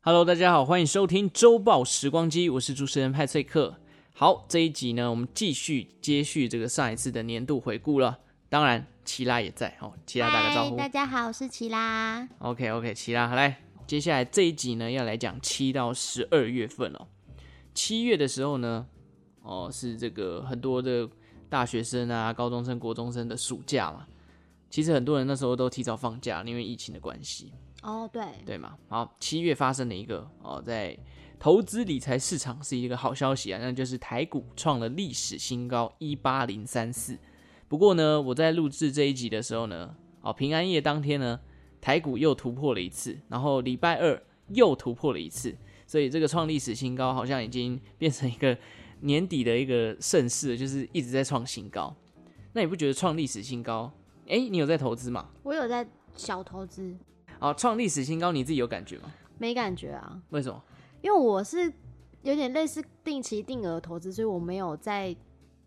Hello，大家好，欢迎收听周报时光机，我是主持人派翠克。好，这一集呢，我们继续接续这个上一次的年度回顾了。当然，齐拉也在哦，齐拉打个招嗨，呼。大家好，我是奇拉。 OK OK，齐拉来，接下来这一集呢要来讲七到十二月份哦。七月的时候呢，哦是这个很多的大学生啊、高中生、国中生的暑假嘛。其实很多人那时候都提早放假，因为疫情的关系。哦，对，对嘛？好，七月发生了一个哦，在投资理财市场是一个好消息啊，那就是台股创了历史新高一八零三四。不过呢，我在录制这一集的时候呢，哦，平安夜当天呢，台股又突破了一次，然后礼拜二又突破了一次，所以这个创历史新高好像已经 变成一个年底的一个盛事了，就是一直在创新高。那你不觉得创历史新高？哎，你有在投资吗？我有在小投资，哦，创历史新高，你自己有感觉吗？没感觉啊，为什么？因为我是有点类似定期定额投资，所以我没有在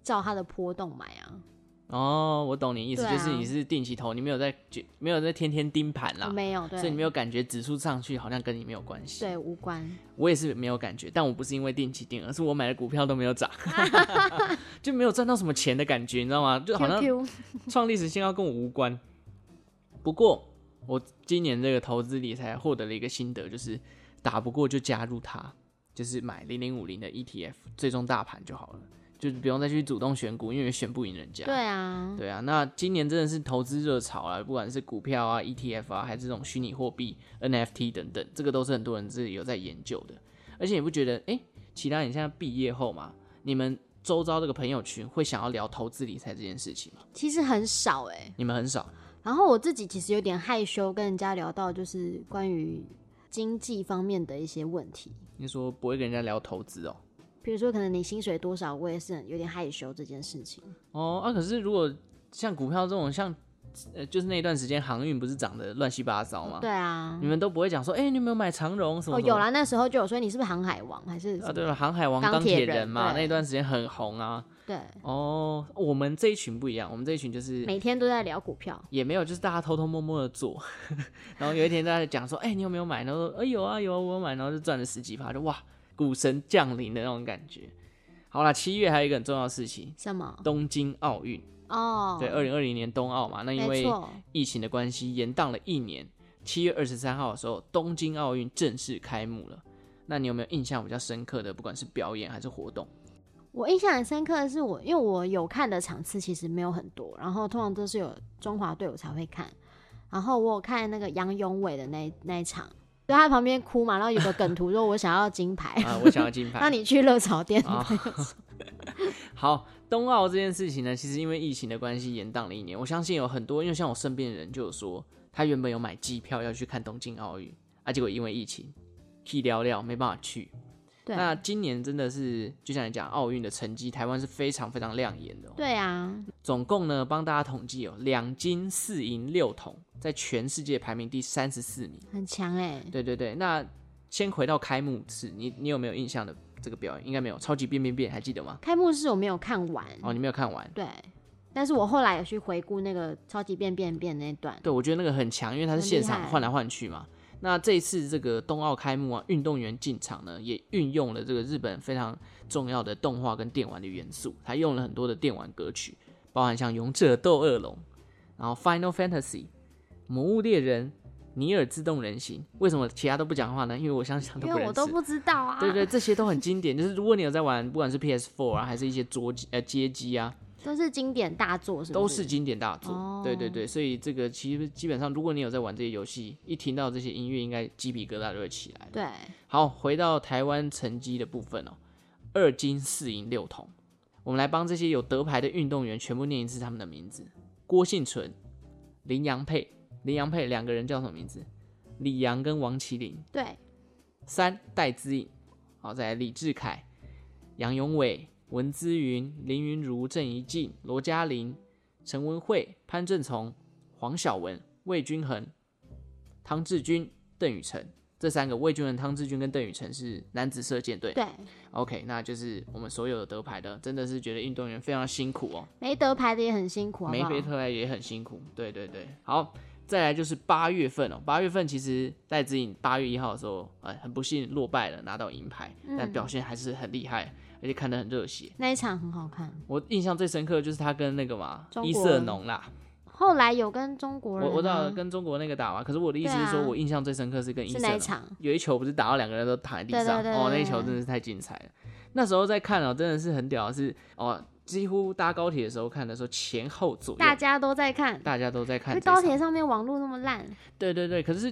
照它的波动买啊，哦，我懂你意思，对啊就是你是定期投，你没有在觉没有在天天盯盘我啦，没有，对，啊所以你没有感觉指数上去好像跟你没有关系。对无关，我也是没有感觉，但我不是因为定期定，而是我买的股票都没有 涨，就没有赚到什么钱的感觉，你知道吗？就好像啊 QQ 创历史新高跟我无关。不过我今年这个投资理财获得了一个心得，就是打不过就加入它，就是买零零五零的 ETF，最终大盘就好了，就是不用再去主动选股，因为选不赢人家。对啊，对啊，那今年真的是投资热潮啊，不管是股票啊、ETF 啊，还是这种虚拟货币、NFT 等等，这个都是很多人自己有在研究的。而且你不觉得，哎，其他你现在毕业后嘛，你们周遭这个朋友群会想要聊投资理财这件事情吗？其实很少哎、你们很少然后我自己其实有点害羞跟人家聊到就是关于经济方面的一些问题，你说不会跟人家聊投资哦。比如说可能你薪水多少，我也是很有点害羞这件事情。哦啊，可是如果像股票这种，像呃，就是那段时间航运不是涨得乱七八糟吗？对啊你，们都不会讲说，哎、你有没有买长荣什么哦什么？有啦，那时候就有说你是不是航海王还是什啊，么对了，航海王、钢钢铁铁人人嘛，对那段时间很红啊。对，哦，我们这一群不一样，我们这一群就是每天都在聊股票，也没有，就是大家偷偷摸摸的做， 然后有一天大家讲说，哎、你有没有买？然后说，哎、有啊有啊，我有买，然后就赚了十几趴，就哇，股神降临的那种感觉。好啦，七月还有一个很重要的事情，什么？东京奥运，哦，对，二零二零年冬奥嘛，那因没为错，疫情的关系延宕了一年，七月二十三号的时候，东京奥运正式开幕了。那你有没有印象比较深刻的，不管是表演还是活动？我印象很深刻的是我，因为我有看的场次其实没有很多，然后通常都是有中华队我才会看，然后我有看那个杨永伟的那一那一场，就他旁边哭嘛，然后有个梗图说我想要金牌，啊，我想要 金牌。那你去热炒 店啊拍个照，好，冬奥这件事情呢，其实因为疫情的关系延宕了一年。我相信有很多，因为像我身边的人就有说，他原本有买机票要去看东京奥运，啊，结果因为疫情，去聊聊没办法去。对那今年真的是，就像你讲，奥运的成绩，台湾是非常非常亮眼的、哦。对啊，总共呢，帮大家统计哦，两金四银六铜，在全世界排名第三十四名。很强哎、对对对，那先回到开幕式，你你有没有印象的这个表演？应该没有，超级变变变，还记得吗？开幕式我没有看完，哦，你没有看完。对，但是我后来有去回顾那个超级变变变那一段，对，我觉得那个很强，因为它是现很厉场害换来换去嘛。那这一次这个冬奥开幕啊，运动员进场呢，也运用了这个日本非常重要的动画跟电玩的元素，它用了很多的电玩歌曲，包含像《勇者斗恶龙》，然后《Final Fantasy》、《魔物猎人》、《尼尔：自动人形》。为什么其他都不讲话呢？因为我相信他都因不为认识。我都不知道啊，对对，这些都很经典。就是如果你有在玩，不管是 PS4 啊，还是一些桌机呃街机啊，都是经典大作，是不都是经典大作。哦对对对，所以这个其实基本上，如果你有在玩这些游戏，一听到这些音乐，应该鸡皮疙瘩就会起来了。对，好，回到台湾成绩的部分哦，二金四银六铜，我们来帮这些有得牌的运动员全部念一次他们的名字：郭幸存、林洋配、林洋配两个人叫什么名字？李阳跟王麒麟。对，三戴资颖，好，再来李志凯、杨永伟、文姿云、林云如、郑怡静、罗嘉玲、陈文慧、潘正从、黄晓雯、魏君衡、汤志军、邓宇成。这三个魏君衡、汤志军跟邓宇成是男子射箭队。对， OK，那就是我们所有的得牌的，真的是觉得运动员非常辛苦哦。没得牌的也很辛苦，好不梅好？菲特也很辛苦，对对对。好，再来就是八月份哦，八月份其实戴资颖八月一号的时候，哎，很不幸落败了，拿到银牌，嗯但表现还是很厉害，而且看得很热血。那一场很好看。我印象最深刻的就是他跟那个嘛中伊国瑟人农啦，后来有跟中国人我啊，我知道跟中国那个打嘛，可是我的意思是说，对啊我印象最深刻是跟伊是瑟那一农。场，有一球不是打到两个人都躺在地对对上，对哦，那对一对球真的是太精彩了。那时候在看哦，真的是很屌的是，哦，几乎搭高铁的时候看的时候，前后左右大家都在看，大家都在看因为这场高铁上面网络那么烂，对对对，可是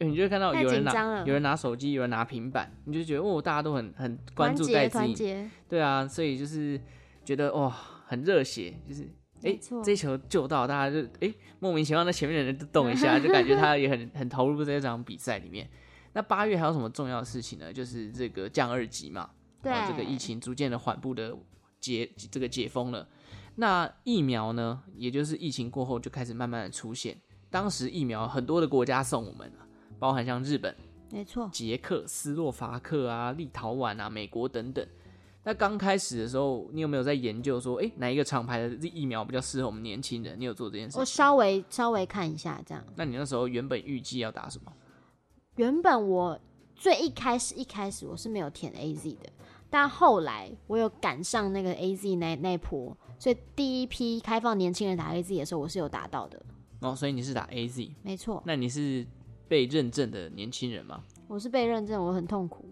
呃你就会看到太有人紧张拿了有人拿手机，有人拿平板，你就觉得哦，大家都很很关团注结戴资团颖，结，对啊，所以就是觉得哇、很热血，就是。哎没，错这一球救到，大家就哎莫名其妙，那前面的人就动一下，就感觉他也很很投入在这场比赛里面。那八月还有什么重要的事情呢？就是这个降二级嘛，对啊，这个疫情逐渐的缓步的解这个解封了。那疫苗呢，也就是疫情过后就开始慢慢的出现。当时疫苗很多的国家送我们啊，包含像日本、没错，捷克、斯洛伐克啊、立陶宛啊、美国等等。那刚开始的时候，你有没有在研究说，诶，哪一个厂牌的疫苗比较适合我们年轻人？你有做这件事我？稍微稍微看一下这样。那你那时候原本预计要打什么？原本我最一开始一开始我是没有填 A Z 的，但后来我有赶上那个 A Z 那那一波，所以第一批开放年轻人打 A Z 的时候，我是有达到的。哦，所以你是打 A Z，没错，那你是被认证的年轻人吗？我是被认证，我很痛苦，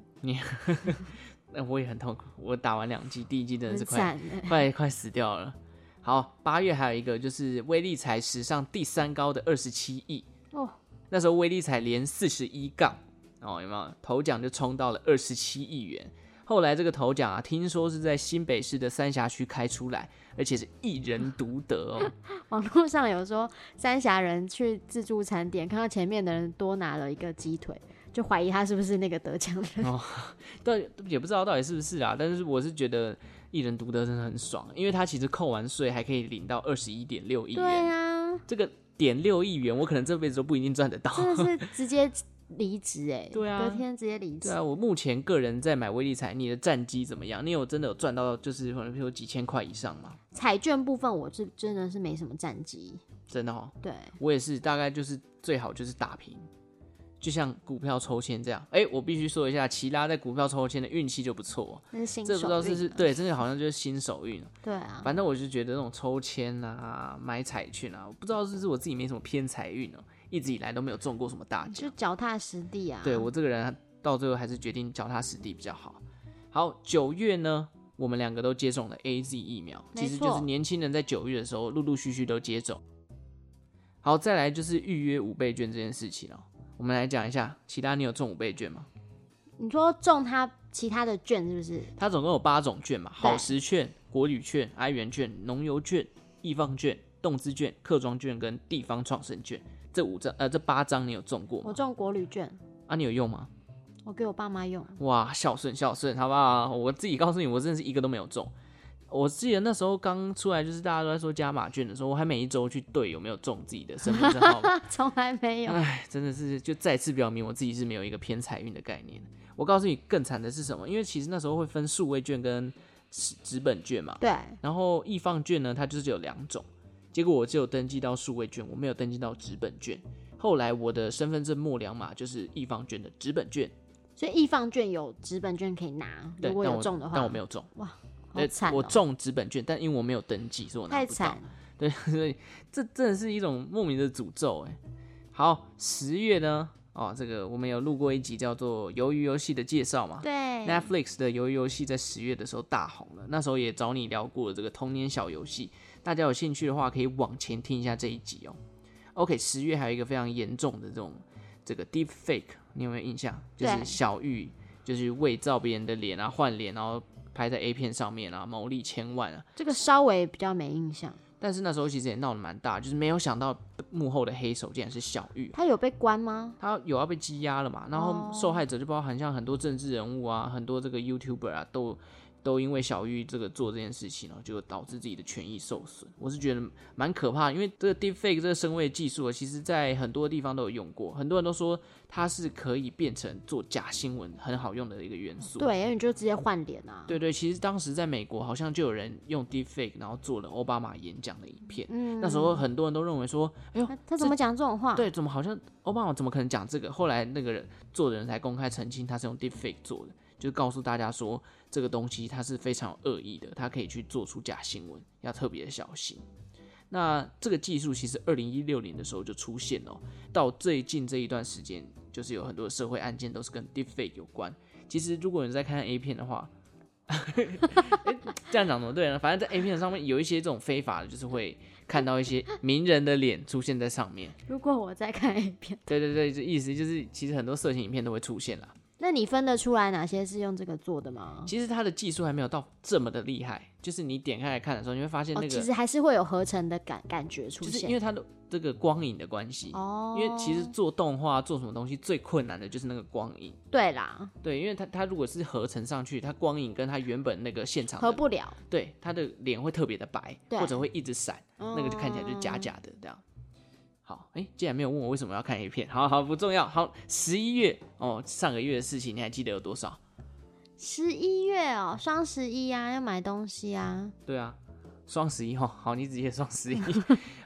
那我也很痛苦，我打完两剂，第一剂真的很是快惨 欸。快快死掉了。好，八月还有一个就是威力彩史上第三高的二十七亿哦，那时候威力彩连四十一杠哦，有没有头奖就冲到了二十七亿元？后来这个头奖啊，听说是在新北市的三峡区开出来，而且是一人独得 哦。网络上有说三峡人去自助餐点，看到前面的人多拿了一个鸡腿，就怀疑他是不是那个得奖的人。对，也不知道到底是不是啊，但是我是觉得一人独得真的很爽，因为他其实扣完税还可以领到二十一点六亿元。对啊，这个点六亿元，我可能这辈子都不一定赚得到。真的是直接离职哎， 对啊隔天直接离职对。啊，我目前个人在买威力彩，你的战绩怎么样？你有真的有赚到就是可能比如说几千块以上吗？彩券部分我是真的是没什么战绩，真的哦，对，我也是，大概就是最好就是打平，就像股票抽签这样。哎、我必须说一下，齐拉在股票抽签的运气就不错，哦那是新这手运啊不知道是不是对，真的好像就是新手运。哦对啊，反正我就觉得那种抽签啊、买彩券啊，我不知道是不是我自己没什么偏财运哦，一直以来都没有中过什么大你奖就。脚踏实地啊。对我这个人到最后还是决定脚踏实地比较好。好，九月呢，我们两个都接种了 A Z 疫苗，没其实就是错年轻人在九月的时候陆陆续续都接种。好，再来就是预约五倍券这件事情了、我们来讲一下，其他你有中五倍券吗？你说中他其他的券是不是？它总共有八种券嘛，对好时券、国旅券、哀元券、农游券、易放券、动资券、客庄券跟地方创生券。这五张呃，这八张你有中过我吗？中国旅券，啊，你有用吗？我给我爸妈用，哇，孝顺孝顺，好不好？我自己告诉你，我真的是一个都没有中。我记得那时候刚出来，就是大家都在说加码券的时候，我还每一周去对有没有中自己的身份证号码。啊 从来没有。哎，真的是就再次表明我自己是没有一个偏财运的概念。我告诉你，更惨的是什么？因为其实那时候会分数位券跟纸纸本券嘛，对，然后易放券呢，它就是只有两种。结果我只有登记到数位券，我没有登记到纸本券。后来我的身份证末两码就是易放券的纸本券，所以易放券有纸本券可以拿，对，如果但有我中的话，但我没有中。好惨哦、我中纸本券，但因为我没有登记，所以我拿太不到惨。，对，所以这真的是一种莫名的诅咒哎。好，十月呢，哦，这个我们有录过一集叫做《鱿鱼游戏》的介绍嘛。对， Netflix 的《鱿鱼游戏》在十月的时候大红了，那时候也找你聊过了这个童年小游戏，大家有兴趣的话可以往前听一下这一集哦。OK，十月还有一个非常严重的这种这个 Deep Fake，你有没有印象？就是对小玉就是伪造别人的脸啊，换脸，然后拍在 A 片上面啊，牟利千万啊。这个稍微比较没印象，但是那时候其实也闹得蛮大，就是没有想到幕后的黑手竟然是小玉，他有被关吗？他有要被羁押了嘛，然后受害者就包含像很多政治人物啊，很多这个 YouTuber 啊，都都因为小玉这个做这件事情哦，就导致自己的权益受损。我是觉得蛮可怕的，因为这个 deepfake 这个声位技术啊，其实在很多地方都有用过，很多人都说它是可以变成做假新闻很好用的一个元素。对，因为你就直接换脸啊。对对，其实当时在美国好像就有人用 deepfake，然后做了奥巴马演讲的影片。嗯，那时候很多人都认为说，哎呦他，他怎么讲这种话？对，怎么好像奥巴马怎么可能讲这个？后来那个人做的人才公开澄清，他是用 deepfake 做的，就是告诉大家说这个东西它是非常有恶意的，它可以去做出假新闻，要特别的小心。那这个技术其实二零一六年的时候就出现了哦，到最近这一段时间，就是有很多社会案件都是跟 deepfake 有关。其实如果你在看 A 片的话， 诶这样讲怎么对呢？反正在 A 片上面有一些这种非法的，就是会看到一些名人的脸出现在上面。如果我再看一遍，对对对，这意思就是，其实很多色情影片都会出现啦。那你分得出来哪些是用这个做的吗？其实它的技术还没有到这么的厉害，就是你点开来看的时候，你会发现那哦，其个，实还是会有合成的感感觉出就是现。因为它的这个光影的关系，哦，因为其实做动画做什么东西最困难的就是那个光影，对啦，对，因为它它如果是合成上去，它光影跟它原本那个现场的合不了，对，它的脸会特别的白，对啊哦或者会一直闪，那个就看起来就假假的这样。好，哎、既然没有问我为什么要看 A 片，好好不重要。好，十一月哦，上个月的事情你还记得有多少？十一月哦，双十一啊，要买东西啊。对啊，双十一哈，哦好，你只记得双十一。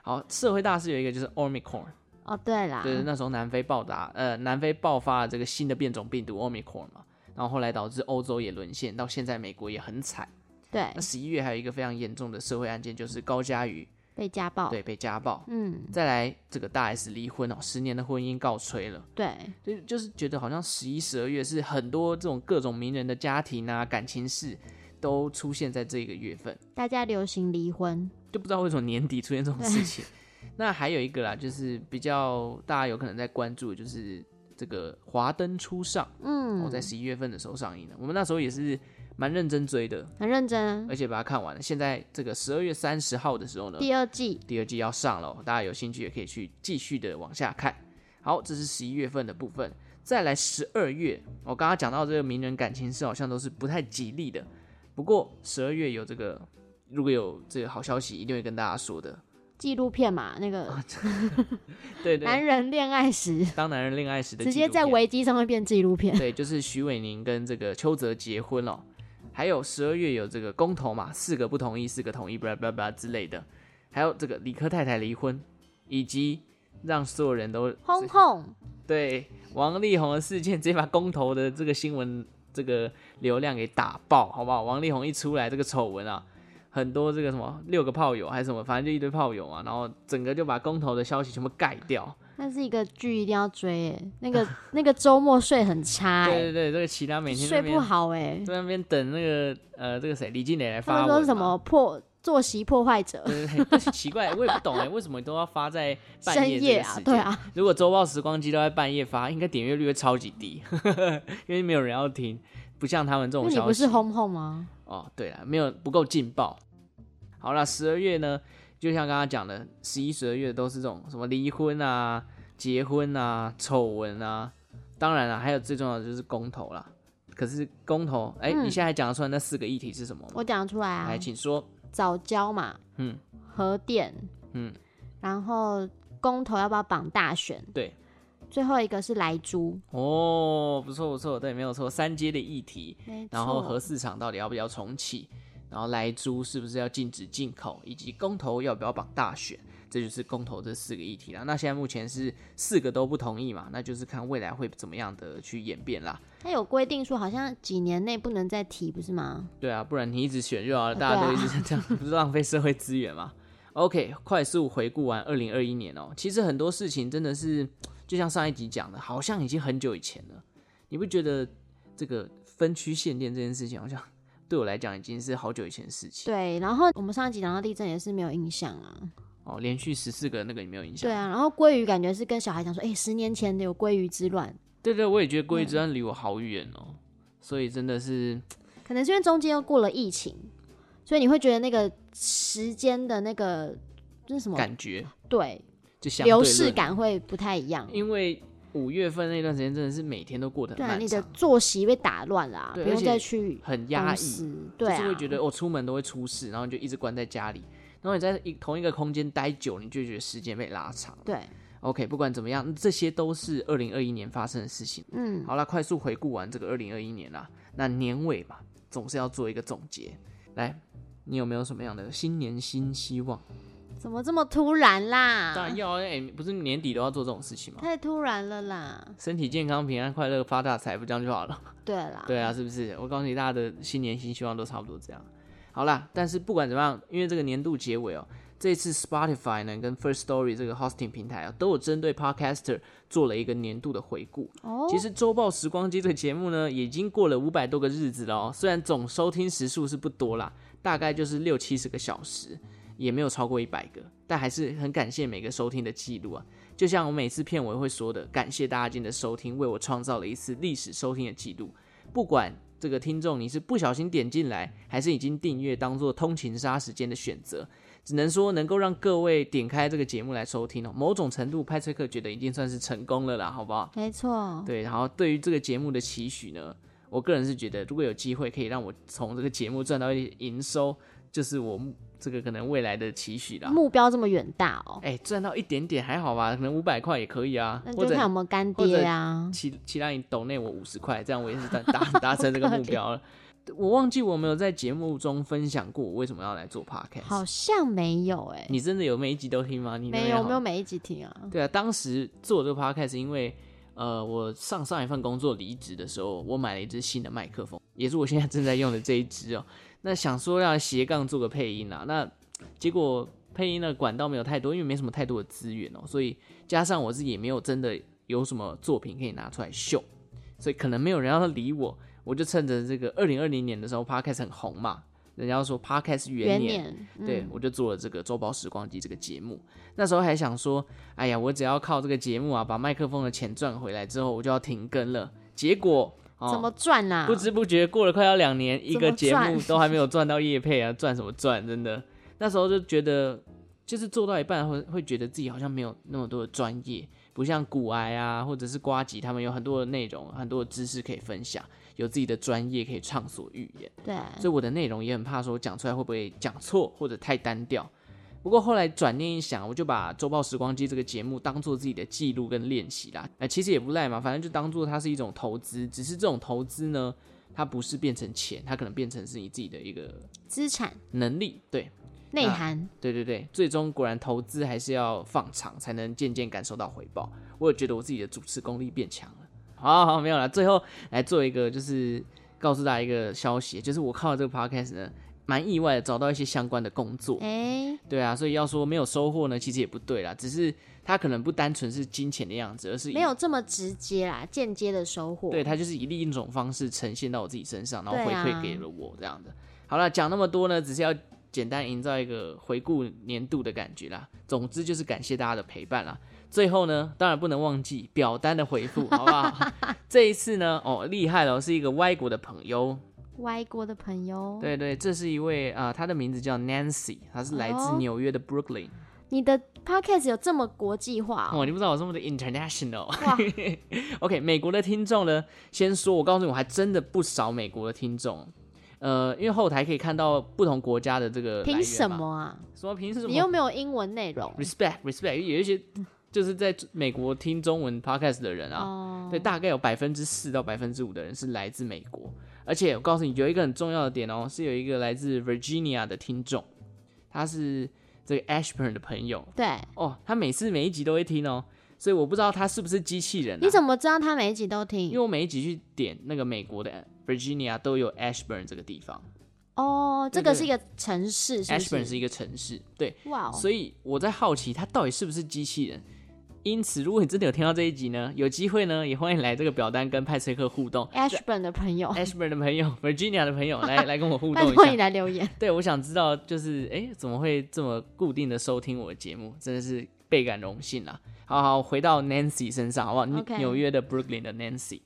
好，社会大事有一个就是 Omicron，哦，对啦，就是那时候南非暴打，呃，南非爆发了这个新的变种病毒 Omicron 嘛，然后后来导致欧洲也沦陷，到现在美国也很惨。对那十一月还有一个非常严重的社会案件，就是高佳瑜被家暴。对被家暴，嗯，再来这个大 S 离婚哦，十年的婚姻告吹了。对，就就是觉得好像十一、十二月是很多这种各种名人的家庭啊、感情事都出现在这个月份。大家流行离婚。就不知道为什么年底出现这种事 情。那还有一个啦，就是比较大家有可能在关注，的就是这个《华灯初上》哦嗯，我在十一月份的时候上映的，我们那时候也是蛮认真追的，很认真。啊而且把它看完了。现在这个十二月三十号的时候呢，第二季第二季要上了哦，大家有兴趣也可以去继续的往下看。好，这是十一月份的部分，再来十二月，我刚刚讲到这个名人感情事好像都是不太吉利的，不过十二月有这个，如果有这个好消息，一定会跟大家说的。纪录片嘛，那个哦对男对，人恋爱时，当男人恋爱时的直纪接录在片维基上面变纪录片。对，就是徐伟宁跟这个邱泽结婚了、还有十二月有这个公投嘛，四个不同意，四个同意，巴拉巴拉巴拉之类的，还有这个理科太太离婚，以及让所有人都轰轰，对王力宏的事件，直接把公投的这个新闻这个流量给打爆，好不好？王力宏一出来，这个丑闻啊，很多这个什么六个炮友还是什么，反正就一堆炮友嘛，然后整个就把公投的消息全部盖掉。那是一个剧，一定要追诶。那个那个周末睡很差对诶，对对，这个其他每天哎睡那边不好诶。在那边等那个呃，这个谁李金磊来他发们文说是什嘛？么啊破作息破坏者，对 对对，但是奇怪，我也不懂哎，为什么都要发在半深夜这夜个啊时，对间？啊，如果周报时光机都在半夜发，应该点阅率会超级低， 因为没有人要听，不像他们这种因为你消不息是。轰轰吗？哦，对了，没有不够劲爆。好了，十二月呢，就像刚刚讲的，十一、十二月都是这种什么离婚啊、结婚啊、丑闻啊，当然了，还有最重要的就是公投啦。可是公投，哎、嗯你现在讲得出来那四个议题是什么吗？我讲得出来啊来，，请说。早教嘛，嗯，核电，嗯，然后公投要不要绑大选？对，最后一个是莱猪，哦，不错不错，对，没有错。三阶的议题，没然后错核市场到底要不要重启，然后莱猪是不是要禁止进口，以及公投要不要绑大选，这就是公投这四个议题啦。那现在目前是四个都不同意嘛，那就是看未来会怎么样的去演变啦。它有规定说好像几年内不能再提，不是吗？对啊，不然你一直选就好了，呃大家都对一啊直这样，不是浪费社会资源吗？OK，快速回顾完二零二一年哦，其实很多事情真的是，就像上一集讲的，好像已经很久以前了。你不觉得这个分区限电这件事情，好像 对我来讲已经是好久以前的事情对，然后我们上一集讲到地震也是没有印象啊，哦？连续十四个那个有没有影响？对啊，然后鲑鱼感觉是跟小孩讲说，哎、十年前的有鲑鱼之乱，对对，我也觉得归之端离我好远哦，所以真的是可能是因为中间又过了疫情，所以你会觉得那个时间的那个这是什么？感觉对，就相对流论逝感会不太一样。因为五月份那段时间真的是每天都过得很对啊，漫你的长，作息被打乱了啊、对不用而且再去很压公抑，司，对啊，就是会觉得我、哦出门都会出事，然后你就一直关在家里，然后你在一同一个空间待久，你就觉得时间被拉长。对， OK，不管怎么样，这些都是二零二一年发生的事情。嗯，好啦，快速回顾完这个二零二一年啦，那年尾嘛，总是要做一个总结。来，你有没有什么样的新年新希望？怎么这么突然当啦然？要啊，哎、不是年底都要做这种事情吗？太突然了啦，身体健康、平安快乐、发大财，不这样就好了？对啦，对啊，是不是？我告诉你，大家的新年新希望都差不多这样。好啦，但是不管怎么样，因为这个年度结尾哦，这次 Spotify 呢跟 First Story 这个 hosting 平台啊，都有针对 Podcaster 做了一个年度的回顾。哦，其实周报时光机这个节目呢，已经过了五百多个日子了哦。虽然总收听时数是不多啦，大概就是六七十个小时，也没有超过一百个，但还是很感谢每个收听的记录啊。就像我每次片尾会说的，感谢大家今天的收听，为我创造了一次历史收听的记录。不管这个听众你是不小心点进来，还是已经订阅当做通勤杀时间的选择，只能说能够让各位点开这个节目来收听哦。某种程度，派崔克觉得已经算是成功了啦，好不好？没错，对，然后对于这个节目的期许呢，我个人是觉得，如果有机会可以让我从这个节目赚到一点营收，就是我目这个可能未来的期许啦。目标这么远大哦、啊哎，赚到一点点还好吧，可能五百块也可以啊那，或就者看有没有干或者爹啊，其其他你抖内我五十块，这样我也 是达达达成这个目标了。我忘记我有没有在节目中分享过我为什么要来做 podcast。好像没有哎、你真的有每一集都听吗？你没有有没有每一集听啊，对啊，当时做这个 podcast，因为呃，我上上一份工作离职的时候，我买了一支新的麦克风，也是我现在正在用的这一支哦。那想说要斜杠做个配音啊，那结果配音的管道没有太多，因为没什么太多的资源哦，所以加上我自己也没有真的有什么作品可以拿出来秀，所以可能没有人要理我。我就趁着这个二零二零年的时候，podcast 很红嘛，人家说 podcast 元元年，年，对嗯，我就做了这个《周报时光机》这个节目。那时候还想说，哎呀，我只要靠这个节目啊，把麦克风的钱赚回来之后，我就要停更了。结果，哦、怎么赚啊啦、不知不觉过了快要两年，一怎个么节目赚都还没有赚到业配啊，赚什么赚？真的，那时候就觉得，就是做到一半会会觉得自己好像没有那么多的专业，不像古癌啊，或者是瓜吉他们有很多的内容、很多的知识可以分享，有自己的专业可以畅所欲言。对，所以我的内容也很怕说讲出来会不会讲错或者太单调。不过后来转念一想，我就把《周报时光机》这个节目当做自己的记录跟练习啦。呃，其实也不赖嘛，反正就当做它是一种投资。只是这种投资呢，它不是变成钱，它可能变成是你自己的一个资产能力。对，内那涵，对对对，最终果然投资还是要放长，才能渐渐感受到回报。我也觉得我自己的主持功力变强了。好好，没有了。最后来做一个，就是告诉大家一个消息，就是我靠这个 podcast 呢，蛮意外的找到一些相关的工作。哎、对啊，所以要说没有收获呢，其实也不对啦，只是它可能不单纯是金钱的样子，而是以没有这么直接啦，间接的收获，对，它就是以另一种方式呈现到我自己身上，然后对回啊馈给了我这样的。好了，讲那么多呢，只是要简单营造一个回顾年度的感觉啦。总之就是感谢大家的陪伴啦。最后呢，当然不能忘记表单的回复，好不好？ 这一次呢，哦，厉害了，是一个外国的朋友，外国的朋友，对对，这是一位啊、呃他的名字叫 Nancy，他是来自哦纽约的 Brooklyn。你的 podcast 有这么国际化哦、哦，你不知道我这么的 international 哇 OK，美国的听众呢，先说，我告诉你，我还真的不少美国的听众。呃，因为后台可以看到不同国家的这个来源凭嘛什？么啊？什么凭什你又么没有英文内容？respect respect，有一些就是在美国听中文 podcast 的人啊，哦，对，大概有百分之四到百分之五的人是来自美国，而且我告诉你，有一个很重要的点哦，是有一个来自 Virginia 的听众，他是这个 Ashburn 的朋友，对，哦，他每次每一集都会听哦，所以我不知道他是不是机器人、啊。你怎么知道他每一集都听？因为我每一集去点那个美国的 Virginia 都有 Ashburn 这个地方哦，对这个对是一个城市是不 a s h b u r n 是一个城市，对，哇哦，所以我在好奇他到底是不是机器人。因此，如果你真的有听到这一集呢，有机会呢，也欢迎来这个表单跟派崔克互动 Ashburn 的朋友， ，Ashburn 的朋友、Virginia 的朋友 来来跟我互拜动一托你下。来留言。对，我想知道就是哎、诶怎么会这么固定的收听我的节目，真的是倍感荣幸啦。好好，回到 Nancy 身上好不好？纽 OK 纽约的 Brooklyn 的 Nancy，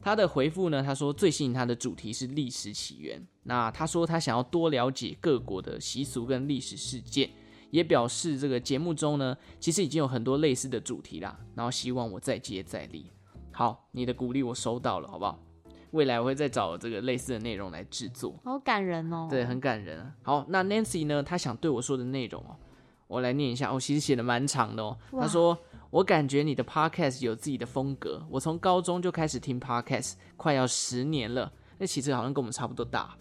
她的回复呢，她说最吸引她的主题是历史起源。那她说她想要多了解各国的习俗跟历史事件，也表示这个节目中呢，其实已经有很多类似的主题啦，然后希望我再接再厉。好，你的鼓励我收到了，好不好？未来我会再找这个类似的内容来制作。好感人哦。对，很感人啊。好，那 Nancy 呢？她想对我说的内容哦，我来念一下。哦，其实写的蛮长的哦。哇她说：“我感觉你的 podcast 有自己的风格。我从高中就开始听 podcast，快要十年了。那其实好像跟我们差不多大。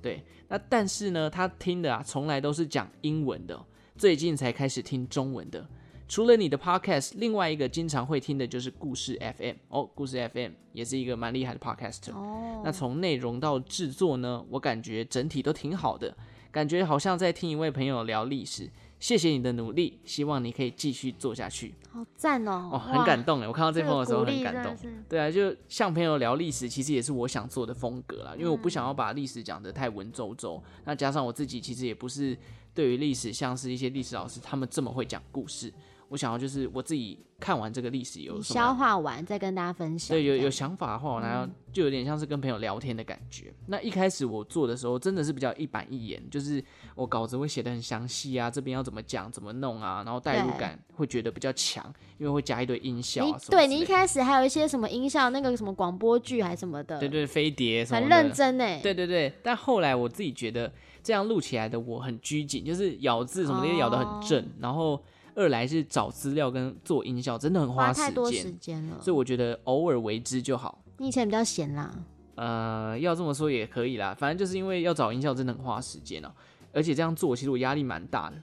对，那但是呢，她听的啊，从来都是讲英文的哦、最近才开始听中文的。”除了你的 podcast，另外一个经常会听的就是故事 FM 哦，故事 FM 也是一个蛮厉害的 podcast。哦，那从内容到制作呢，我感觉整体都挺好的，感觉好像在听一位朋友聊历史。谢谢你的努力，希望你可以继续做下去。好赞哦。哦，哇很感。动哎！我看到这这封的时候个鼓很励真感的动。是对啊，就像朋友聊历史，其实也是我想做的风格啦，因为我不想嗯要把历史讲得太文绉绉。那加上我自己其实也不是对于历史，像是一些历史老师他们这么会讲故事，我想要就是我自己看完这个历史有你什么消化完再跟大家分享。对，有这有样嗯想法的话，我拿、就有点像是跟朋友聊天的感觉。那一开始我做的时候，真的是比较一板一眼，就是我稿子会写的很详细啊，这边要怎么讲、怎么弄啊，然后代入对感会觉得比较强，因为会加一堆音效、啊什你么之类的。对你一开始还有一些什么音效，那个什么广播剧还什么的，对对飞碟什很么认的，真哎。对对对。但后来我自己觉得这样录起来的我很拘谨，就是咬字什么的也咬得哦很正，然后二来是找资料跟做音效真的很花花太时多时间，间了。所以我觉得偶尔为之就好。你以前比较闲啦，呃，要这么说也可以啦，反正就是因为要找音效真的很花时间哦、而且这样做其实我压力蛮大的，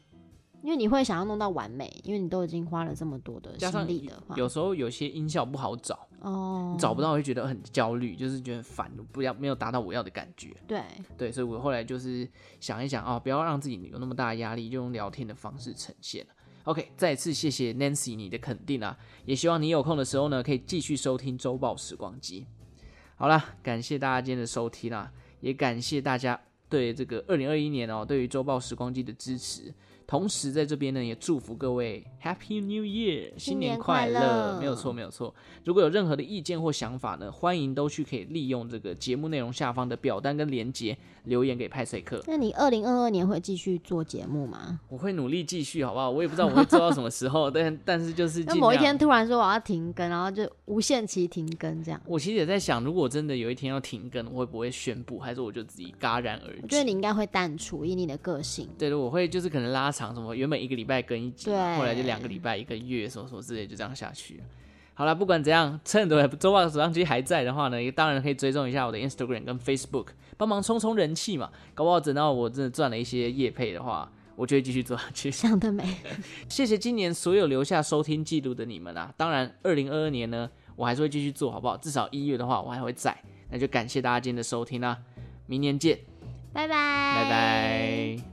因为你会想要弄到完美，因为你都已经花了这么多的加上心力的话，有时候有些音效不好找，哦，找不到会觉得很焦虑，就是觉得很烦，不要没有达到我要的感觉。对，对，所以我后来就是想一想啊、不要让自己有那么大的压力，就用聊天的方式呈现 OK，再次谢谢 Nancy 你的肯定啊，也希望你有空的时候呢，可以继续收听周报时光机。好啦，感谢大家今天的收听啦，也感谢大家对这个二零二一年哦，对于周报时光机的支持。同时在这边呢，也祝福各位 Happy New Year，新年年快快乐没有错，没有错。如果有任何的意见或想法呢，欢迎都去可以利用这个节目内容下方的表单跟连接留言给派翠克。那你二零二二年会继续做节目吗？我会努力继续，好不好？我也不知道我会做到什么时候， 但但是就是那尽某一量天，突然说我要停更，然后就无限期停更这样，我其实也在想，如果真的有一天要停更，我会不会宣布，还是我就自己戛然而我觉得止？你应该会淡出，以你的个性。对对，我会就是可能拉长什么，原本一个礼拜更一集嘛，对后来就两个礼拜、一个月什么什么之类，就这样下去了。好了，不管怎样，趁着周报手上机还在的话呢，也当然可以追踪一下我的 Instagram 跟 Facebook，帮忙冲冲人气嘛。搞不好等到我真的赚了一些业配的话，我就会继续做下去。想得美， 谢谢今年所有留下收听记录的你们啊！当然，二零二二年呢，我还是会继续做，好不好？至少一月的话，我还会在。那就感谢大家今天的收听啦、明年见，拜拜，拜拜。